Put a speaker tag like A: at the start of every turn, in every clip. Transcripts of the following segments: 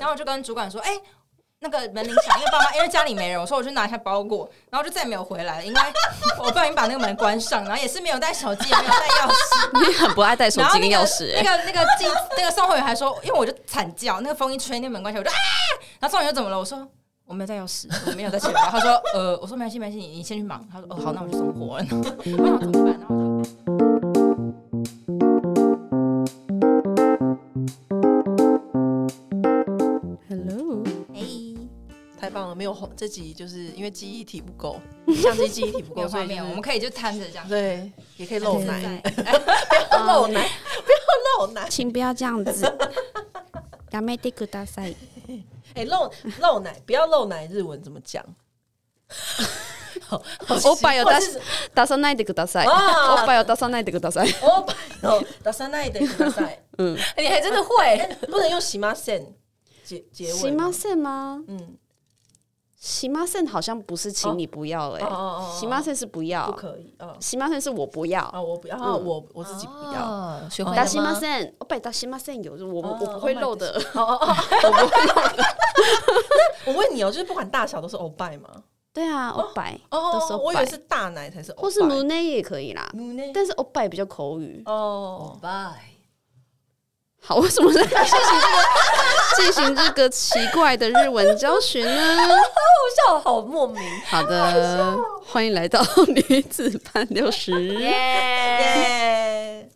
A: 然后我就跟主管说，哎、那个门铃响，因为爸妈因为家里没人，我说我去拿一下包裹，然后就再也没有回来了，因为我不小心把那个门关上，然后也是没有带手机，也没有带钥匙。
B: 你很不爱带手
A: 然后
B: 机
A: 那
B: 跟
A: 个
B: 钥匙、
A: 那
B: 欸，
A: 个那个记那个送货员还说，因为我就惨叫，那个风一吹，那门关起来，我就啊，然后送货员说怎么了？我说我没有带钥匙，我没有带钱包。他说呃，我说没关系没关系，你你先去忙。他说哦好，那我去送货了。 我想怎么办？然后我就哎。
C: 太棒了，没有红这集就是因为记忆体不够，相机记忆体不
A: 有
C: 够，所
A: 画
C: 以、就
A: 面，我们
C: 是、
A: 可以就摊着这 样。
C: 对也可以
B: Oh
C: 露
A: 摊着
C: 奶，
A: 在
C: 不要 露奶，不要露奶，
D: 请不要这样 子。ダメでください。
C: 哎、露露奶，不要露奶，日文怎么讲？好好
B: 欧巴有
C: 奇怪
B: 打打算奈的个打赛，
C: 哇
B: 欧巴有打算奈的个打赛，嗯
C: 欧巴有哦打算那一点打算，
A: 你还真的会，
C: 不能用喜马线结结尾
B: 喜
C: 吗，
B: 马线吗？
C: 嗯，
B: 喜马线好像不是，请你不要哎、
C: 哦哦哦
B: 欸，喜马线是不
C: 不
B: 要，
C: 可以啊
B: 喜马线是我不
C: 啊！
B: 要。
C: 我不要，啊
B: 嗯
C: 我我自己不要。
A: 哦，学
B: 打西马线，欧巴打西马线有，我我我不会漏的。
C: 哦哦哦，我不会弄 的 那我问你哦，就是不管大小都是欧拜吗？
B: 对啊，欧巴都是
C: 哦，
B: 欧
C: 我以
B: 巴
C: 为，是大奶才是欧拜，
B: 或是母内也可以啦，
C: 母呢？
B: 但是欧巴比较口语。
C: 哦，
B: 好，为什么在进行这个进行这个奇怪的日文教学呢？
E: 笑好莫名，
B: 好的，欢迎来到女子班六十。
C: 耶！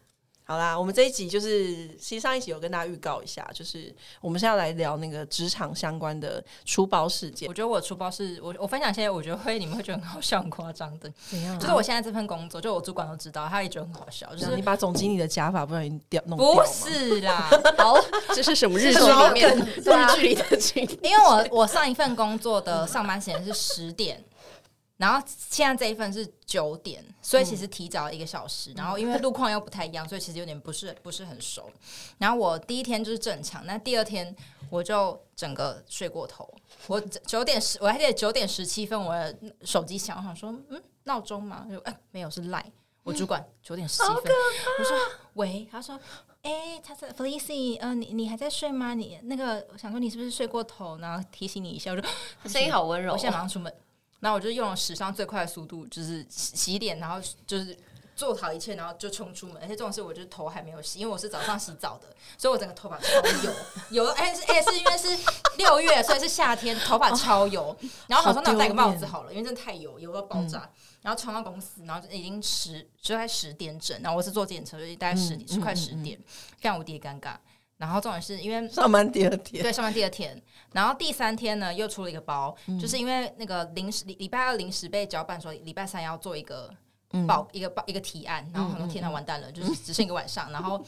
C: 好啦，我们这一集就是，其实上一集有跟大家预告一下，就是我们现在来聊那个职场相关的出包事件
A: 我。觉得我出包是我我分享一些我觉得会你们会觉得很好笑、很夸张的，
C: 怎样
A: 就是我现在这份工作，就我主管都知道，他也觉得很好笑，就
C: 嗯你
A: 是
C: 把总经理的假发不小心掉弄掉
A: 不
C: 吗？
A: 是啦，
B: 好，这是什么日剧
C: 这是什么
B: 里面
C: 梗
A: 对啊
B: 日剧里的情节？
A: 因为我我上一份工作的上班时间是十点，然后现在这一份是九点，所以其实提早了一个小时。然后因为路况又不太一样，所以其实有点不是不是很熟。然后我第一天就是正常，那第二天我就整个睡过头。我九点十，我还记得九点十七分，我的手机响，我想说，嗯，闹钟吗？就哎、没有，是赖我主管九点十七分，我说喂，他说哎、他是 Felicia，呃，你你还在睡吗？你那个，我想说你是不是睡过头？然后提醒你一下，我就
E: 声音好温柔
A: 我。现在马上出门，然后我就用了史上最快的速度，就是洗洗脸，然后就是做好一切，然后就冲出门。而且这种事，我就是头还没有洗，因为我是早上洗澡的，所以我整个头发超 油，油哎是哎是因为是六月，所以是夏天，头发超油。然后想说那我戴个帽子好了，因为真的太油，油到爆炸。
C: 嗯
A: 然后冲到公司，然后就已经十就在十点整，然后我是坐电车，就大概十、
C: 嗯
A: 是快
C: 嗯
A: 十
C: 嗯
A: 点，非常无敌尴尬。然后重点是因为
C: 上班第二天，
A: 对，上班第二天，然后第三天呢又出了一个包，就是因为那个临时礼礼拜二临时被交办说礼拜三要做一个报、一个报一个提案，然后很多天呐完蛋了，就是只剩一个晚上，然后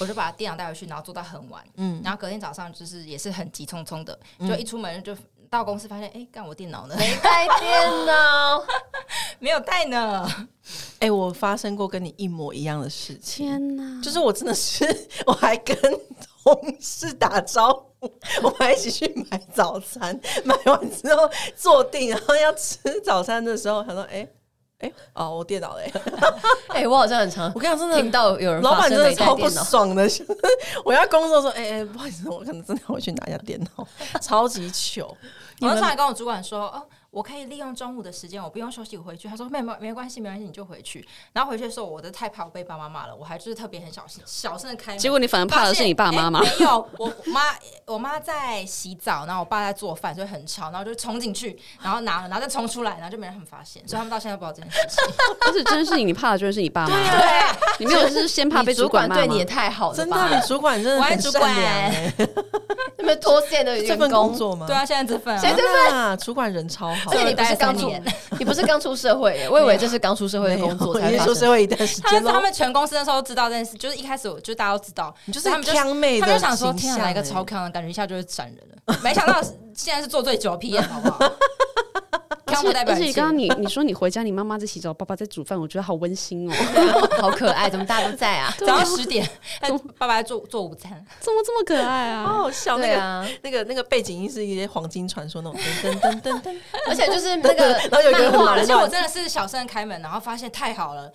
A: 我就把电脑带回去，然后做到很晚，
C: 嗯
A: 然后隔天早上就是也是很急匆匆的，就一出门就到公司发现，哎、干我电脑呢？
E: 没带电脑，
A: 没有带呢，
C: 哎、我发生过跟你一模一样的事情。
D: 天哪！
C: 就是我真的是，我还跟同事打招呼，我们还一起去买早餐，买完之后坐定，然后要吃早餐的时候，他说：“哎、哎、哦，我电脑嘞、
E: 哎、我好像很常
C: 我跟你讲，真
E: 听
C: 的，
E: 到有人
C: 老
E: 发
C: 板
E: 生
C: 真的
E: 没带
C: 超不
E: 电脑，
C: 爽的。 我要工作说：“哎、哎、不好意思，我可能真的要回去拿一下电脑，超级糗。”
A: 我就上来跟我主管说，哦，我可以利用中午的时间，我不用休息，我回去。他说没没没关系，没关系，你就回去。然后回去的时候，我的太怕我被爸妈骂了，我还就是特别很小心，小声的开门。
B: 结果你反而怕的是你爸妈吗
A: 发？现诶哎没有，我我妈我妈在洗澡，然后我爸在做饭，所以很吵，然后就冲进去，然后拿了，然后再冲出来，然后就没人很发现，所以他们到现在都不知道这件事情。
B: 而且这件事情你怕的就是你爸妈，
A: 对，啊
B: 你没有是先怕被
E: 你主
B: 管
E: 管
B: 骂
E: 对
B: 吗
E: 你也？太好了
C: 真
E: 吧？
C: 的，你啊主管真的
A: 我爱
C: 很
A: 主
C: 善良、
A: 管
C: 欸。
E: 那么多线的
C: 这
E: 员
C: 份工
E: 工，
C: 作吗？
A: 对，啊，现在这份、
E: 现
A: 啊
E: 在。这
C: 真的啊，主管人超好
E: 而。且你不是刚
A: 我
E: 出
A: 待了三，
E: 你不是刚出社会耶，我以为这是刚出社会的工作才
C: 哎你
E: 发
C: 出
E: 生。
C: 社会一段时
A: 他
C: 间
A: 们
C: 喽
A: 他。们全公司那时候知道这件事，就是一开始我就大家都知道，
C: 你就是
A: 他们就
C: 腔妹
A: 他
C: 的
A: 们就想说
C: 形
A: 天
C: 象
A: 啊，来一个
C: 欸
A: 超强的，感觉一下就会闪人了。没想到现在是做最久的 PM，好不好？
B: 而
A: 强
B: 且
A: 不代表
B: 而
A: 一切
B: 且刚刚你你说你回家，你妈妈在洗澡，爸爸在煮饭，我觉得好温馨哦。
E: 好可爱，怎么大家都 在啊？
A: 早上十点，哎爸爸在做做午餐，
B: 怎么这么可爱啊？
C: 好好笑，那
E: 对
C: 个、
E: 啊，
C: 那个那个背景音是一些黄金传说那种噔噔噔噔噔，
E: 而且就是那个
C: 然 后有一个人
E: 漫画
A: 而
C: 很
A: 且
C: 乱
A: 我真的是小声开门，然后发现太好
C: 哦
A: 了，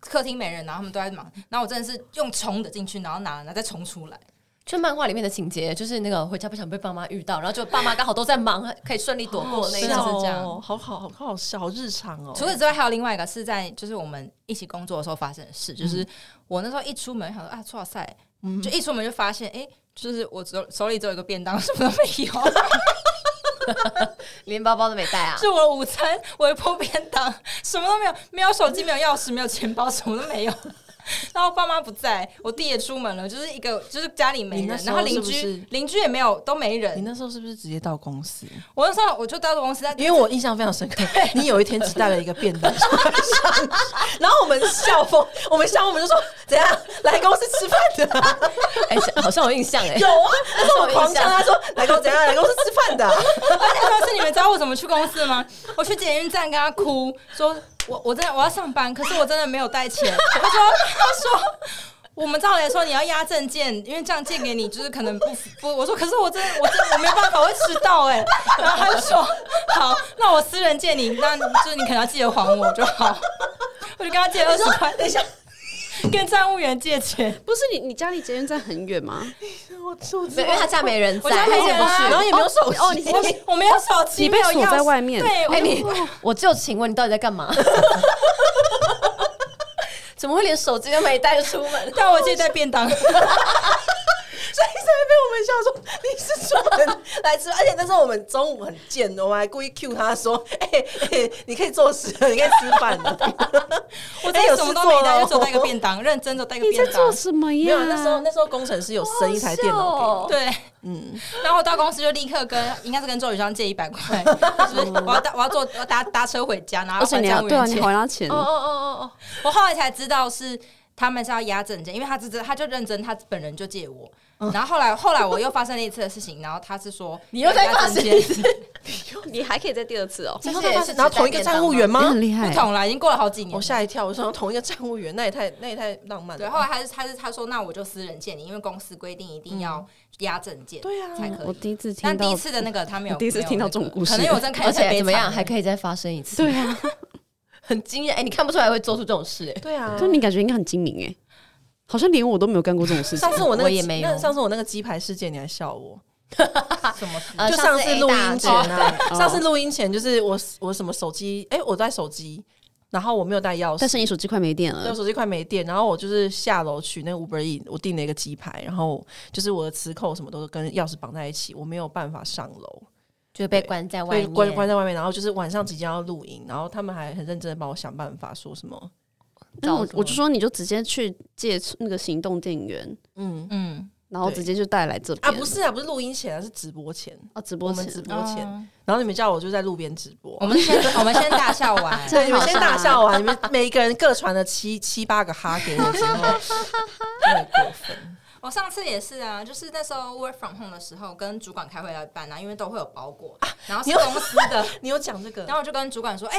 A: 客厅没人，然后他们都在忙，然后我真的是用冲的进去，然后拿了，然后再冲出来，
E: 就漫画里面的情节，就是那个回家不想被爸妈遇到，然后就爸妈刚好都在忙，可以顺利躲过那一
C: 啊
A: 是
E: 种。
A: 哦这样
C: 好好好好笑，好日常哦。
A: 除此之外，还有另外一个是在就是我们一起工作的时候发生的
C: 嗯
A: 事，就是我那时候一出门想说啊，哇塞，就一出门就发现，哎、就是我只有手里只有一个便当，什么都没有，
E: 连包包都没带啊！
A: 是我的午餐微波便当，什么都没有，没有手机，没有钥匙，没有钱包，什么都没有。然后爸妈不在，我弟也出门了，就是一个就是家里没
C: 你那
A: 人，
C: 时
A: 然
C: 候
A: 后邻
C: 是不是
A: 居邻居也没有，都没
C: 你
A: 人。
C: 那时候是不是直接到公司？
A: 我那时候我就到公司， 但
C: 因为我印象非常深刻，你有一天只带了一个便当出来上班，然后我们笑疯，我们笑，我们就说怎样来公司吃饭的啊、
E: 哎、好像有 印象哎、
C: 有啊，那时候我
E: 有印象
C: 狂呛他说来公怎样来公司吃饭的啊、
A: 而且上次你们知道我怎么去公司吗？我去捷运站跟他哭，说我我真的我要上班，可是我真的没有带钱。他说他说。我们照理来说，你要压证件，因为这样借给你就是可能不符不。我说，可是我真的我真的我没办法，我会迟到哎、然后他就说，好，那我私人借你，那就是你可能要记得还我就好。 我就跟他借二十块，等一下 跟站务员借钱，
B: 不是你，你家离捷运站很远吗？
C: 我住
E: 没有因为他家没人
A: 我家
E: 在，
A: 没人啊
C: 然后也没有手机，
B: 哦你
A: 我我没有手机，
B: 你被
A: 没有
B: 锁在
A: 钥匙
B: 外面
A: 对，我
E: 哎、你我就请问你到底在干嘛？ 怎么会连手机都没带就出门？
A: 但我借带便当。
C: 所以才被我们笑说你是专门来吃，而且那时候我们中午很贱，我们还故意 Q 他说：“哎、哎你可以做事，你可以吃饭了。
A: 我真的什么都没带，就只有带一个便当，认真就带一个
B: 你在
A: 便
B: 做
A: 当。
B: 什么”
C: 没
B: 呀？
C: 有，那时候那时候工程师有生一台电脑
E: 哦
C: 给我，
A: 对，嗯，然后我到公司就立刻跟，应该是跟周宇商借一百块，就是我要搭我要坐我要搭搭车回家，然后
B: 而且
A: 还
B: 你
A: 家
B: 要
A: 务
B: 对啊，
A: 员
B: 你
A: 钱。
B: 还他钱
E: 哦，哦哦哦
A: 我后来才知道是他们是要压证件，因为他只他就认真，他本人就借我。然后后来后来我又发生了一次的事情，然后他是说
E: 你又再
A: 压证件
E: 发生一
B: 你还可以再第二次哦，
E: 哦，
C: 然
E: 后
C: 后他发现然后同一个站务员
B: 你
C: 吗
B: 很？厉
A: 不
B: 害。
A: 同了，已经过了好几年
C: 我
A: 了。
C: 吓一跳，我说同一个站务员，那也太那也太浪漫
A: 对，
C: 了
A: 后
C: 吧。
A: 来他是他是他说那我就私人借你，因为公司规定一定要压证件，
C: 对啊
A: 才可以。
B: 我第一次
A: 但
B: 听到，
A: 第一次的那个他没有，
B: 我第一次
A: 没有
B: 听到
A: 那个
B: 这种故事
A: 可能有真看
E: 而
A: 起来
E: 且
A: 悲
E: 怎么样
A: 惨
E: 还可以再发生一次，
B: 对啊，
E: 很惊艳。哎、你看不出来会做出这种事哎、
C: 对啊，
B: 就你感觉应该很精明哎，好像连我都没有干过这种事情
C: 上。次我那个
E: 我也没有
C: 那上次我那个鸡排事件，你还笑我。
A: 什么事？
E: 呃
C: 就上次
E: A
C: 录
E: 大
C: 音
E: 姐
C: 前啊，
B: 哦
C: 上次录音前就是我我什么手机，哎、我带手机，然后我没有带钥匙
B: 但，是你手机快没电
C: 对，
B: 了，
C: 手机快没电，然后我就是下楼取那个 Uber E，我订了一个鸡排，然后就是我的磁扣什么都是跟钥匙绑在一起，我没有办法上楼，
E: 就被关在外
C: 对，
E: 面，
C: 关关在外面，然后就是晚上即将要录影，然后他们还很认真的帮我想办法，说什么，
B: 那我
E: 找什么
B: 我就说你就直接去借那个行动电源，
C: 嗯
A: 嗯，
B: 然后
C: 对
B: 直接就带来这
C: 啊，
B: 边
C: 不是啊，不是录音前啊，是直播前，
B: 啊，直
C: 我
B: 播
C: 们
B: 前，
C: 直播前，
A: 嗯
C: 然后你们叫我就在路边直播
A: 我。们先我们先大笑完
B: 这
C: 对，你们
B: 好
C: 先
B: 笑
C: 大
B: 啊
C: 笑完，你们每一个人各传了七七八个哈给我之后，太过分。
A: 我上次也是啊，就是那时候 work from home 的时候，跟主管开会要办啊，因为都会有包裹，然后是公司的，
C: 你有讲这个
A: 然？后我就跟主管说，哎、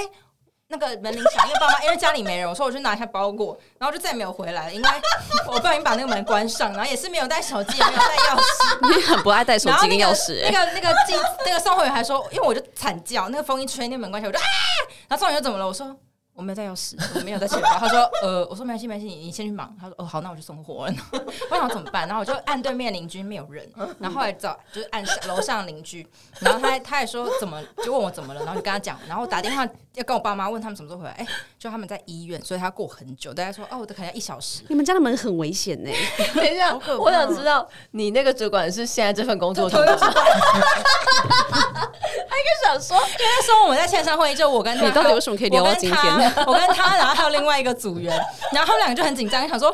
A: 那个门铃响，因为爸妈因为家里没人，我说我去拿一下包裹，然后就再也没有回来了，因为 我不小心把那个门关上，然后也是没有带手机，也没有带钥匙，
B: 你 很不爱带手
A: 然后
B: 机
A: 那
B: 跟
A: 个
B: 钥匙、
A: 那
B: 欸，
A: 个那个进那个送货员还说，因为我就惨叫，那个风一吹，那个门关起来，我就啊，然后送货员就怎么了？我说。我没有带钥匙，我没有带钱包。他说：“呃，我说没关系，没关系，你你先去忙。”他说：“哦，好，那我去送货了。” 我想怎么办？然后我就按对面邻居没有人，然后后来找就是按下楼上邻居，然后他他也说怎么就问我怎么了，然后就跟他讲，然后我打电话要跟我爸妈问他们什么时候回来，哎、就他们在医院，所以他过很久，大家说哦，我可能要一小时，
B: 你们家的门很危险呢、 欸
E: 等一下，
C: 怕哦
E: 我想知道你那个主管是现在这份工作的
A: 同一个
E: 主
C: 啊
E: 管，他应该想说，
A: 因为那时候我们在线上会议，就我跟他，
B: 你到底为什么可以聊到今
A: 我
B: 天
A: 跟他？我跟他，然后还有另外一个组员，然后他们两个就很紧张，想说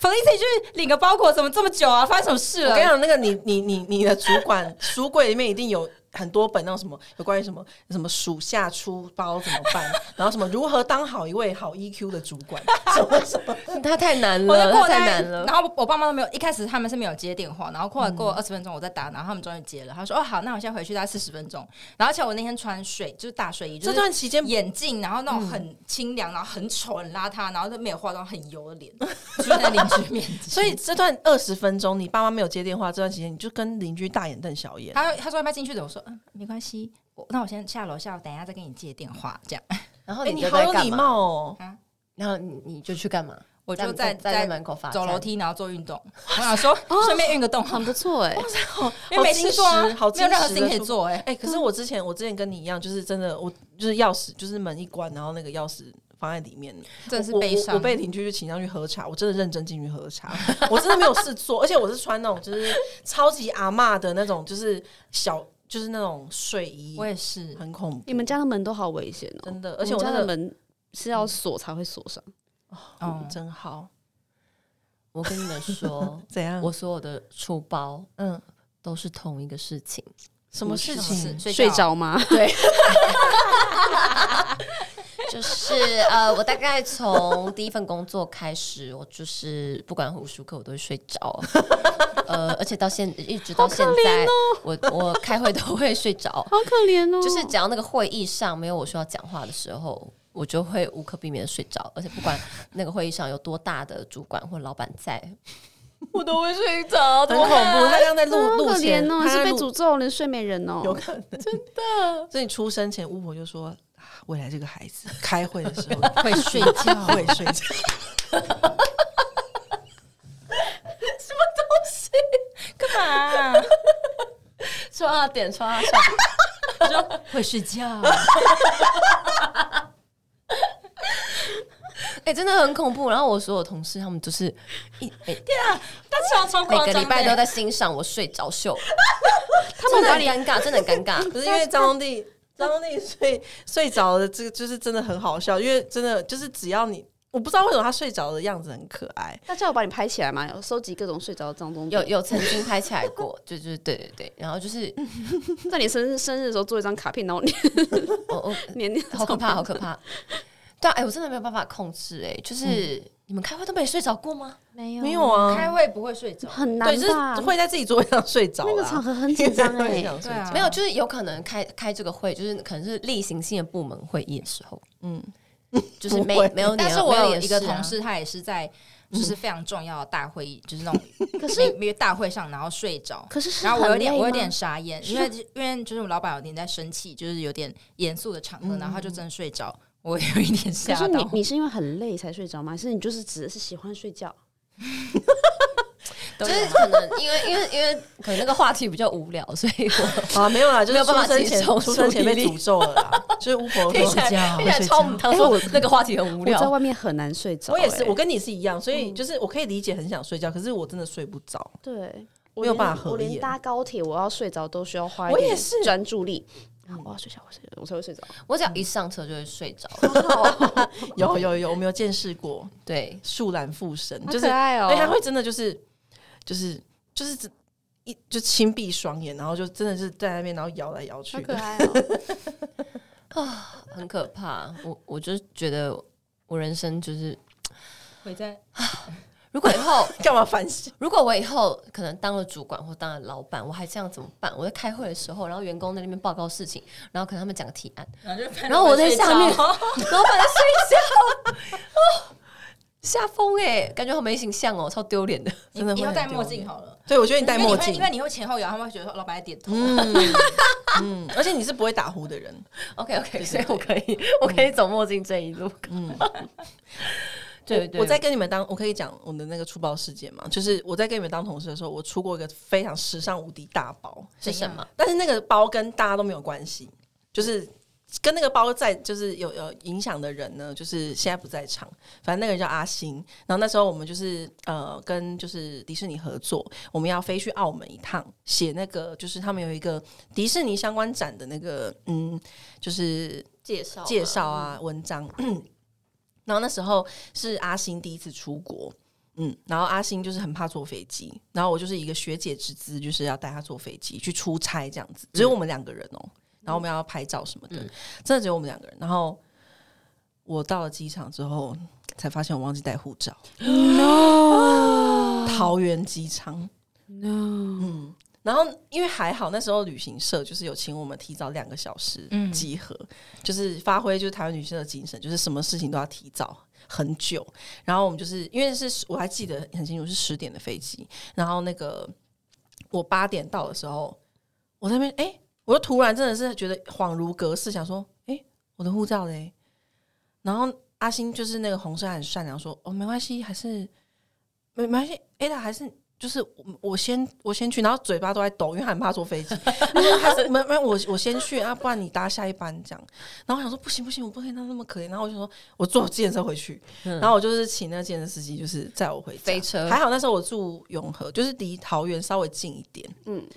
A: Felicity 去领个包裹，怎么这么久啊？发生什么事
C: 我跟你
A: 了？
C: 讲，那个你你你你的主管书柜里面一定有很多本那种什么有关于什么什么属下出包怎么办，然后什么如何当好一位好 EQ 的主管，什么什 么，
E: 他太难
A: 我
E: 了，
A: 就过
E: 他
A: 了大
E: 太
A: 概
E: 难，了
A: 然。后我我爸妈都没有，一开始他们是没有接电话，然后后来
B: 嗯
A: 过了二十分钟我再打，然后他们终于接了，他说哦好，那我先回去大概四十分钟，然后而且我那天穿睡就是大睡衣，就
C: 这
A: 是
C: 段期间
A: 眼镜，然后那种很清凉，然后很丑很邋遢，然后都没有化妆很油的 脸，出现在邻居面前，
C: 所以这段二十分钟你爸妈没有接电话，这段时间你就跟邻居大眼瞪小眼，
A: 他他说要不要进去的？我说嗯，没关系，我那我先下楼下，我等一下再跟你接电话。这样，
E: 然后
C: 哎、
E: 你
C: 你
E: 就
C: 好
E: 在
C: 有
E: 干
C: 礼
E: 嘛？嗯
C: 貌哦。
E: 然后你你就去干嘛？
A: 我就
E: 在
A: 在
E: 在在门口罚
A: 走
E: 站
A: 楼梯，然后做运动。哦我想说顺便运个动，
B: 很不错哎、
A: 因为没事做啊
C: 好矜
A: 没
C: 持好，
A: 有任何
C: 矜
A: 事
C: 持
A: 情
C: 的
A: 可以做哎。
C: 哎、可是我之前我之前跟你一样，就是真的，我就是钥匙，就是门一关，然后那个钥匙放在里面，
A: 真的是
C: 我
A: 悲伤
C: 我我被邻居就请上去喝茶，我真的认真进去喝茶，我真的没有事做，而且我是穿那种就是超级阿嬷的那种，就是小就是那种睡衣，
A: 我也是，
C: 很恐怖
B: 你，们家的门都好危险哦、
C: 真的，而且
B: 我
C: 我
B: 们
C: 那
B: 家的
C: 个
B: 门是
D: 嗯
B: 要锁才会锁上，
A: 哦
C: 嗯，真好，
E: 我跟你
C: ，
E: 们说
C: 怎样？
E: 我所有的出包
C: 嗯，
E: 都是同一个事情，
C: 什么事情？
A: 是
B: 睡。着吗？
E: 就是呃，我大概从第一份工作开始，我就是不管无数课我都会睡着，呃，而且到现一直到现在，我我开会都会睡着，
B: 好可怜哦、
E: 就是只要那个会议上没有我说要讲话的时候，我就会无可避免的睡着，而且不管那个会议上有多大的主管或老板在， 我都会睡着，
C: 很恐怖，他刚在录
B: 啊好
C: 录
B: 可
C: 前
B: 怜，哦、
C: 他
B: 是
C: 在
B: 被
C: 录
B: 诅咒了，睡美人哦、
C: 有可能真的。所以你出生前，巫婆就说：“啊未来这个孩子开会的时候
A: 会睡
C: 他
A: 觉，
C: 会睡觉。
A: 干
E: 啊
A: 嘛？
E: 说到点，说 到笑，
A: 会睡觉，
E: 哎、真的很恐怖。然后我所有同事他们就是一每
A: 但是我超
E: 每
A: 夸
E: 个
A: 张的
E: 礼拜都在欣赏我睡着秀，
B: 他们把
E: 很
B: 你
E: 尴尬，真的很尴尬”。
C: 可是因为张东 弟，张东弟睡睡着的这个就是真的很好笑，因为真的就是只要你，我不知道为什么他睡着的样子很可爱。
B: 那叫我把你拍起来嘛，有收集各种睡着的张东，
E: 有有曾经拍起来过，就就是对对对，然后就是
B: 在你生日生日的时候做一张卡片，然 后你
E: 我我
B: 年年
E: 好可怕，好可怕。对啊，哎、我真的没有办法控制、哎，就是、你们开会都没睡着过吗？
D: 没有
C: 没有，啊，
A: 开会不会睡着，
D: 很
C: 对，
D: 难
C: 就是
D: 吧？
C: 会在自己座位上睡着啦。
D: 那
B: 啊
D: 个场合很紧 张
C: 因为 会
D: 哎，
C: 想睡
A: 对啊，
E: 没有，就是有可能开开这个会，就是可能是例行性的部门会议的时候，
C: 嗯
E: 嗯，就是没
C: 不会
E: 没有你啊，
A: 但是我
E: 没
A: 有
E: 你
A: 一
E: 的
A: 个
E: 事啊
A: 同，事，他也是在就是非常重要的大会议，就是那 种每每个大会上，然后睡着。
D: 可是是
A: 然后我有点
D: 很累
A: 我有
D: 吗
A: 点傻眼，因为因为就是我老板有点在生气，就是有点严肃的场合，然后他就真的睡着，我有一点
D: 可
A: 吓
D: 是
A: 到
D: 你。你是因为很累才睡着吗？还是你就是只是喜欢睡觉？
A: 就
E: 就是可能因为因为因为可能那个话题比较无聊，所以我
C: 啊，没有啦，就是
E: 没有
C: 出
E: 办法
C: 生
E: 接
C: 前
E: 受
C: 出生前被
E: 注意力
C: 诅咒了啦，就是巫 婆
E: 听
C: 说
E: 起来听起来
C: 睡觉
E: 超母汤说哎那个话题很无
D: 我
E: 聊
D: 在，外面很难睡着、
C: 我也是，
D: 哎
C: 我跟你是一样，所以就是我可以理解很想睡觉，可是我真的睡不 着。
D: 对，
C: 没有办法合
D: 我连
C: 眼
D: 搭高铁，我要睡着都需要花一
C: 我也
D: 点
C: 是
D: 专注力。
B: 嗯
D: 好我要睡觉，我睡我才会睡着。
E: 我只要一上车就会睡着，
C: 有有有，我没有见识过。
E: 对，
C: 树懒附身，
B: 好
C: 就是
B: 可爱哦、
C: 对，他会真的就是就是就是只一就轻闭双眼，然后就真的是在那边，然后摇来摇去
B: 好可
C: 的。
B: 爱 哦、
E: 很可怕。我我就觉得我人生就是，
A: 会在
E: 如果以后
C: 干嘛反省？
E: 如果我以后可能当了主管或当了老板，我还这样怎么办？我在开会的时候，然后员工在那边报告事情，然后可能他们讲个提案，
A: 然后就
E: 然后我在下 面，老板在睡觉，哦，吓疯哎，感觉好没形象哦，超丢脸的。
A: 你
C: 真的会
A: 以后
C: 很
A: 戴
C: 丢
A: 墨
C: 脸
A: 镜好了，
C: 对，我觉得你戴
A: 因
C: 墨
A: 为你会
C: 镜
A: 因，为你会前后摇，他们会觉得说老板在点头。
C: 嗯，而且你是不会打呼 的人，
E: OK OK，所以我可以， 我可以走墨镜这一路。
C: 嗯。
E: 对对，
C: 我在跟你们当，我可以讲我的那个粗暴事件嘛，就是我在跟你们当同事的时候，我出过一个非常时尚无敌大包，
E: 是什么？
C: 但是那个包跟大家都没有关系，就是跟那个包在就是有有影响的人呢，就是现在不在场。反正那个人叫阿星，然后那时候我们就是呃跟就是迪士尼合作，我们要飞去澳门一趟，写那个就是他们有一个迪士尼相关展的那个嗯，就是
E: 介绍嗯
C: 介绍，啊文章。 然后那时候是阿星第一次出国，嗯，然后阿星就是很怕坐飞机，然后我就是一个学姐之资，就是要带他坐飞机去出差这样子，只有我们两个人哦、然后我们要拍照什么的，
E: 嗯
C: 真的只有我们两个人。然后我到了机场之后，才发现我忘记带护 照。No，桃园机场。
D: No，
C: 嗯，然后因为还好那时候旅行社就是有请我们提早两个小时
A: 嗯
C: 集合，就是发挥就是台湾旅行社的精神，就是什么事情都要提早很久。然后我们就是因为是我还记得很清楚是十点的飞机，然后那个我八点到的时候，我在那边哎、诶我就突然真的是觉得恍如隔世，想说哎、诶我的护照嘞，然后阿星就是那个红帅很善良，说哦没关系，还是没没关系，Ada 还是。就是我我先我先去，然后嘴巴都在抖，因为他很怕坐飞机。 他说还是没没我我先去，啊，不然你搭下一班这样。然后我想说不行不行，我不可以让他那么可怜。然后我就说我坐我自行车回去，然后我就是请那个计程车司机就是载我回家。
E: 飞车
C: 还好那时候我住永和，就是离桃园稍微近一点。
B: 嗯，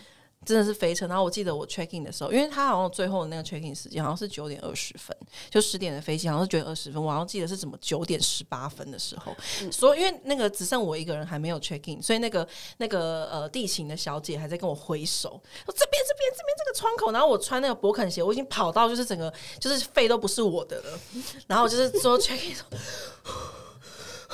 C: 真的是飞车。然后我记得我 check in 的时候，因为他好像最后的那个 check in 时间好像是九点二十分，就十点的飞机好像是九点二十分，我好像记得是怎么九点十八分的时候，所以因为那个只剩我一个人还没有 check in，所以那个那个呃地勤的小姐还在跟我挥手，说这边这边这边这个窗口，然后我穿那个勃肯鞋，我已经跑到就是整个就是肺都不是我的了，然后就是说 check in 说。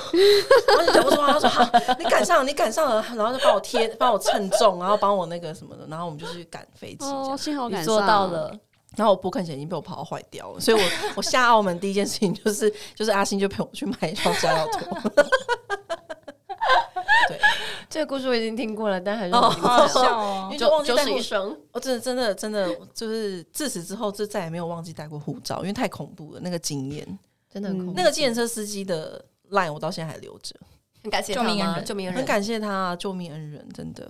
C: 我就讲不出话，他说好：“你赶上了，你赶上了。”然后就帮我贴，帮我称重，然后帮我那个什么的，然后我们就去赶飞机这样。
B: 哦，幸好
E: 你
B: 赶
E: 做
B: 上
E: 到了，
C: 然后我勃肯鞋已经被我跑到坏掉了，所以我我下澳门第一件事情就是就是阿星就陪我去买一双加料拖，
E: 这个故事我已经听过了，但还是
C: 哦
A: 好好笑哦
C: 因！为就
E: 九
C: 忘记
E: 九
C: 带
E: 死
C: 护
E: 一，生。
C: 我真的真的真的就是自此之后就再也没有忘记带过护照，因为太恐怖了那个经验。
E: 真的很恐怖。
C: 那个计程车司机的 line 我到现在还留着，
E: 很感谢
A: 救命
E: 他吗
A: 恩人
E: 救命恩
C: 很
E: 人，
C: 感谢他、啊、救命恩人，真的。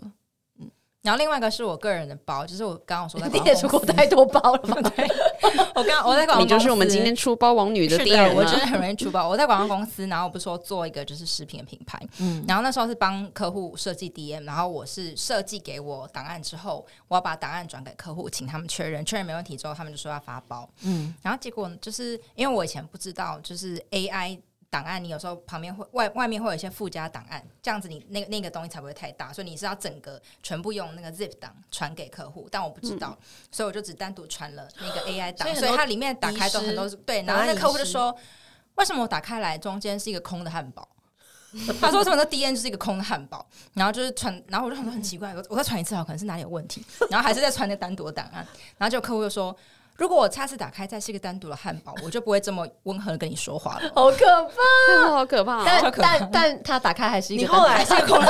A: 然后另外一个是我个人的包，就是我刚刚有说在
E: 你也出过太多包了吧？
A: 我刚我在广告
B: 你就是我们
A: 公司
B: 今天出包王女的啊
A: 是
B: 第一人
A: 我
B: 了
A: 真的很容易出包。我在广告公司，然后我不是说做一个就是食品的品牌，
C: 嗯
A: 然后那时候是帮客户设计 DM，然后我是设计给我档案之后，我要把档案转给客户，请他们确认，确认没问题之后，他们就说要发包。
C: 嗯，
A: 然后结果呢就是因为我以前不知道，就是 AI 档案，你有时候旁边会外外面会有一些附加档案，这样子你那那个东西才不会太大，所以你是要整个全部用那个 zip 档传给客户，但我不知道，所以我就只单独传了那个 AI 档，
C: 嗯所以很
A: 所
C: 多
A: 以它里面打开都
C: 遗失
A: 很多是对，
C: 档
A: 然后
C: 案
A: 那客户
C: 遗
A: 就
C: 失
A: 说，为什么我打开来中间是一个空的汉堡？ 他说：“为什么这 D N 就是一个空的汉堡？”然后就是传，然后我就想说很奇怪，我我再传一次好，啊可能是哪里有问题，然后还是再传那单独的档案，然后就有客户就说：“如果我下次打开再是一个单独的汉堡，我就不会这么温和的跟你说话了。
E: 好 可怕！
B: 看好可怕、哦。
E: 但但但他打开还是一个
C: 你
E: 单独
C: 后来 是空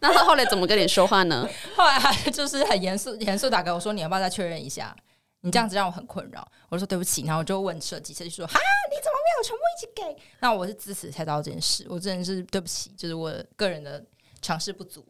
B: 那他后来怎么跟你说话 呢？”
A: 后来他就是很严肃严肃打给我说：“你要不要再确认一下？你这样子让我很困扰。”我就说：“对不起。”然后我就问设计，设计说：“哈，你怎么没有全部一起给？”那我是自此才知道这件事，我真的是对不起，就是我个人的尝试不足。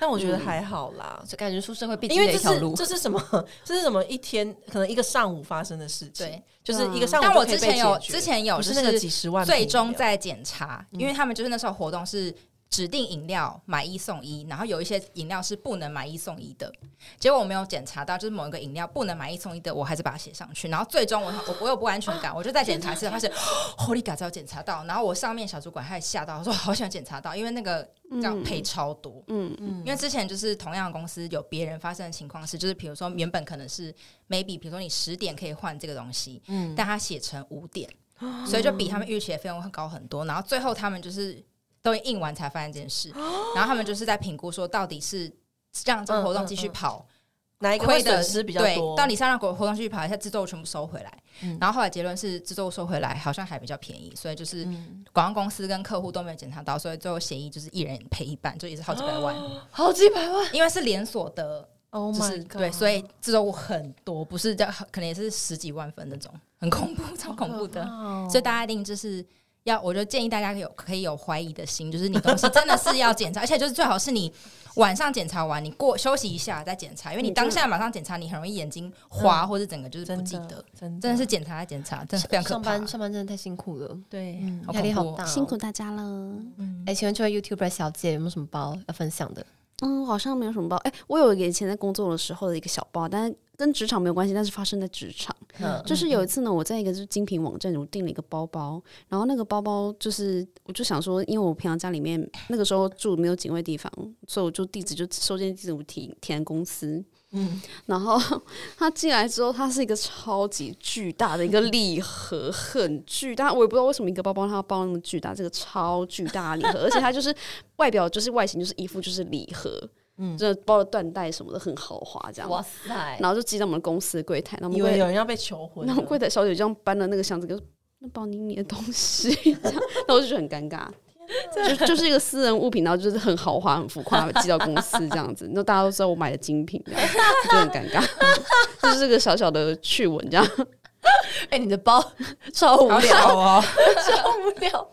C: 但我
A: 嗯
C: 觉得还好啦，
E: 就感觉宿舍会必
C: 因
E: 经的
C: 为
E: 一
C: 这
E: 条路
C: 是。这是什么？这是什么？一天可能一个上午发生的事情，
A: 对，嗯
C: 就是
B: 对啊
C: 一个上午
A: 但
C: 就
A: 我
C: 可以
A: 之
C: 被
A: 前有
C: 解决
A: 之前有
C: 不
A: 就是
C: 那个几十万嗯瓶
A: 最
C: 饮料，
A: 终在检查，因为他们就是那时候活动是指定饮料买一送一，然后有一些饮料是不能买一送一的。结果我没有检查到，就是某一个饮料不能买一送一的，我还是把它写上去。然后最终我我我有不安全感，我就在检查室发现哦 Holy God，只有检查到。然后我上面小主管他也吓到，我说好想检查到，因为那个这样赔超多。
B: 嗯，
A: 因为之前就是同样的公司有别人发生的情况是，就是比如说原本可能是 maybe，比如说你十点可以换这个东西，
C: 嗯
A: 但他写成五点，所以就比他们预期的费用会高很多。然后最后他们就是都印完才发现这件事，
C: 哦
A: 然后他们就是在评估说到底是让
C: 嗯
A: 这个活动继续跑，
C: 哪一个
A: 亏
C: 会
A: 的
C: 损失比较多？
A: 对，到底是要让活活动继续跑，还是制作全部收回来？
C: 嗯
A: 然后后来结论是制作收回来好像还比较便宜，所以就是
C: 嗯
A: 广告公司跟客户都没有检查到，所以最后协议就是一人赔一半，就也是好几百万。
E: 哦好几百万，
A: 因为是连锁的，
C: ，Oh
A: 就
C: my
A: 是
C: god，
A: 对，所以制作物很多，不是这样，可能也是十几万份那种，很恐怖，超恐怖的。
E: 哦
A: 所以大家一定就是要，我就建议大家有可以有怀疑的心，就是你东西真的是要检查，而且就是最好是你晚上检查完，你过休息一下再检查，因为你
B: 你就
A: 当下马上检查，你很容易眼睛花、
E: 嗯
A: 或者整个就是不记得。，
C: 真
A: 真的是检查再检查，真的非常可
E: 上
A: 怕。
E: 班上班真的太辛苦了，
A: 对
C: 嗯，
A: 好
E: 压力
A: 恐
E: 好
A: 怖哦
E: 大哦。
D: 辛苦大家了。
A: 嗯
E: 哎，请问这位 YouTuber 小姐有没有什么包要分享的？
B: 嗯，好像没有什么包。哎、我有以前在工作的时候的一个小包，但是跟职场没有关系，但是发生在职场。
E: 嗯，
B: 就是有一次呢，我在一个就是精品网站，我订了一个包包，然后那个包包就是，我就想说，因为我平常家里面那个时候住没有警卫地方，所以我就地址就收件地址我填填公司，
C: 嗯，
B: 然后他寄来之后，它是一个超级巨大的一个礼盒，很巨大，我也不知道为什么一个包包它要包那么巨大，这个超巨大的礼盒，而且它就是 外表就是外形就是一副就是礼盒，嗯，真的包了缎带什么的很豪华这样，
E: 哇 塞，
B: 然后就寄到我们公司的柜台，然后我
C: 以
B: 们柜
C: 为有人要被求婚了，
B: 然后柜台小姐就这样搬了那个箱子，给我说那宝妮你的东西，这样， 然后我就觉得很尴尬。就就是一个私人物品，然后就是很豪华、很浮夸，寄到公司这样子，那大家都 知道我买的精品，这样就很尴尬。就是这个小小的趣闻，这样
E: 哎、你的 包超无
A: 好
E: 聊，
A: 小哦，
E: 超无聊。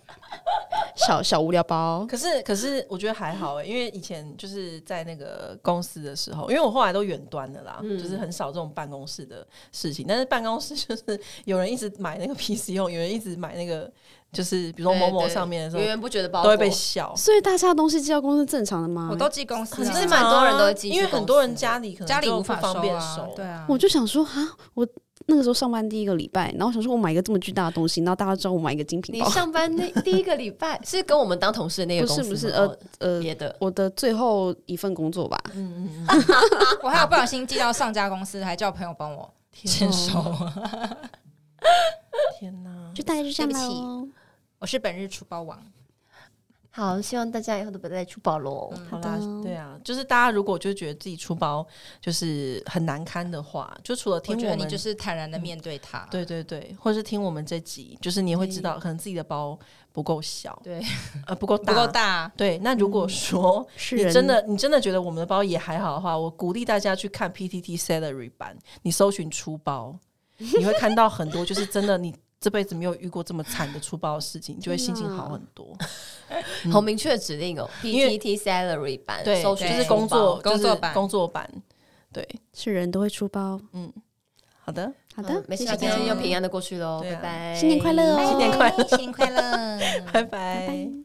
B: 小小无聊包，
C: 可是，可是我觉得还好哎、因为以前就是在那个公司的时候，因为我后来都远端的啦，
E: 嗯
C: 就是很少这种办公室的事情。但是办公室就是有人一直买那个 PC 用，有人一直买那个，就是比如说某某上面的时
E: 源
C: 候，
E: 源不绝的包
C: 都会被
E: 裹
C: 笑。
B: 所以大家的东西寄到公司正常的吗？
A: 我都寄公司
E: 其
A: 啊，
E: 实蛮多人都会寄去
C: 因为很多人家里可能
A: 家里
C: 就
A: 无嗯法
C: 不方便
A: 啊
C: 收，
A: 对啊，
B: 我就想说啊，我那个时候上班第一个礼拜，然后想说我买一个这么巨大的东西，然后大家知道我买一个精品
E: 你
B: 包，
E: 上班那第一个礼拜 是跟我们当同事的那个
B: 不
E: 公
B: 是
E: 司
B: 不是
E: 吗哦
B: 呃呃，
E: 别的，
B: 我的最后一份工作吧，
A: 我还有不小心寄到上家公司，还叫朋友帮我签 收。
C: 天哪！
D: 就大概就这样
A: 对不起
D: 喽。
A: 我是本日出包王，
E: 好，希望大家以后都不要再出包喽。
C: 好啦，
B: 嗯
C: 对啊，就是大家如果就觉得自己出包就是很难堪的话，就除了
A: 我
C: 听
A: 觉
C: 我
A: 得
C: 们，
A: 你就是坦然的面对它。
C: 对对对，或是听我们这集，就是你会知道，可能自己的包不够小，
A: 对，
C: 呃，不够大，嗯
A: 不够。大，
C: 对，那如果说
B: 是
C: 你
B: 人
C: 真的你真的觉得我们的包也还好的话，我鼓励大家去看 PTT Salary 版，你搜寻出包， 你会看到很多就是真的你这辈子没有遇过这么惨的出包的事情，你就会心情好很多。
E: 好明确的指令哦
C: 因为
E: ，PTT salary 版，
C: 对，
E: 搜
C: 就
E: 寻
A: 对
C: 是
E: 书
C: 工作
E: 包
A: 工
C: 就是
A: 作版
C: 工作版。对，
B: 是人都会出包。
C: 嗯，好的，
B: 好的，
C: 嗯
E: 没事
B: 谢
E: 啊，
B: 谢
E: 今
B: 大家
E: 天又平安的过去喽，
C: 对
E: 拜
C: 啊
E: 拜，
B: 新年快乐哦
A: 新
C: 新年快乐
A: 新年快乐。
C: 拜拜
D: 拜。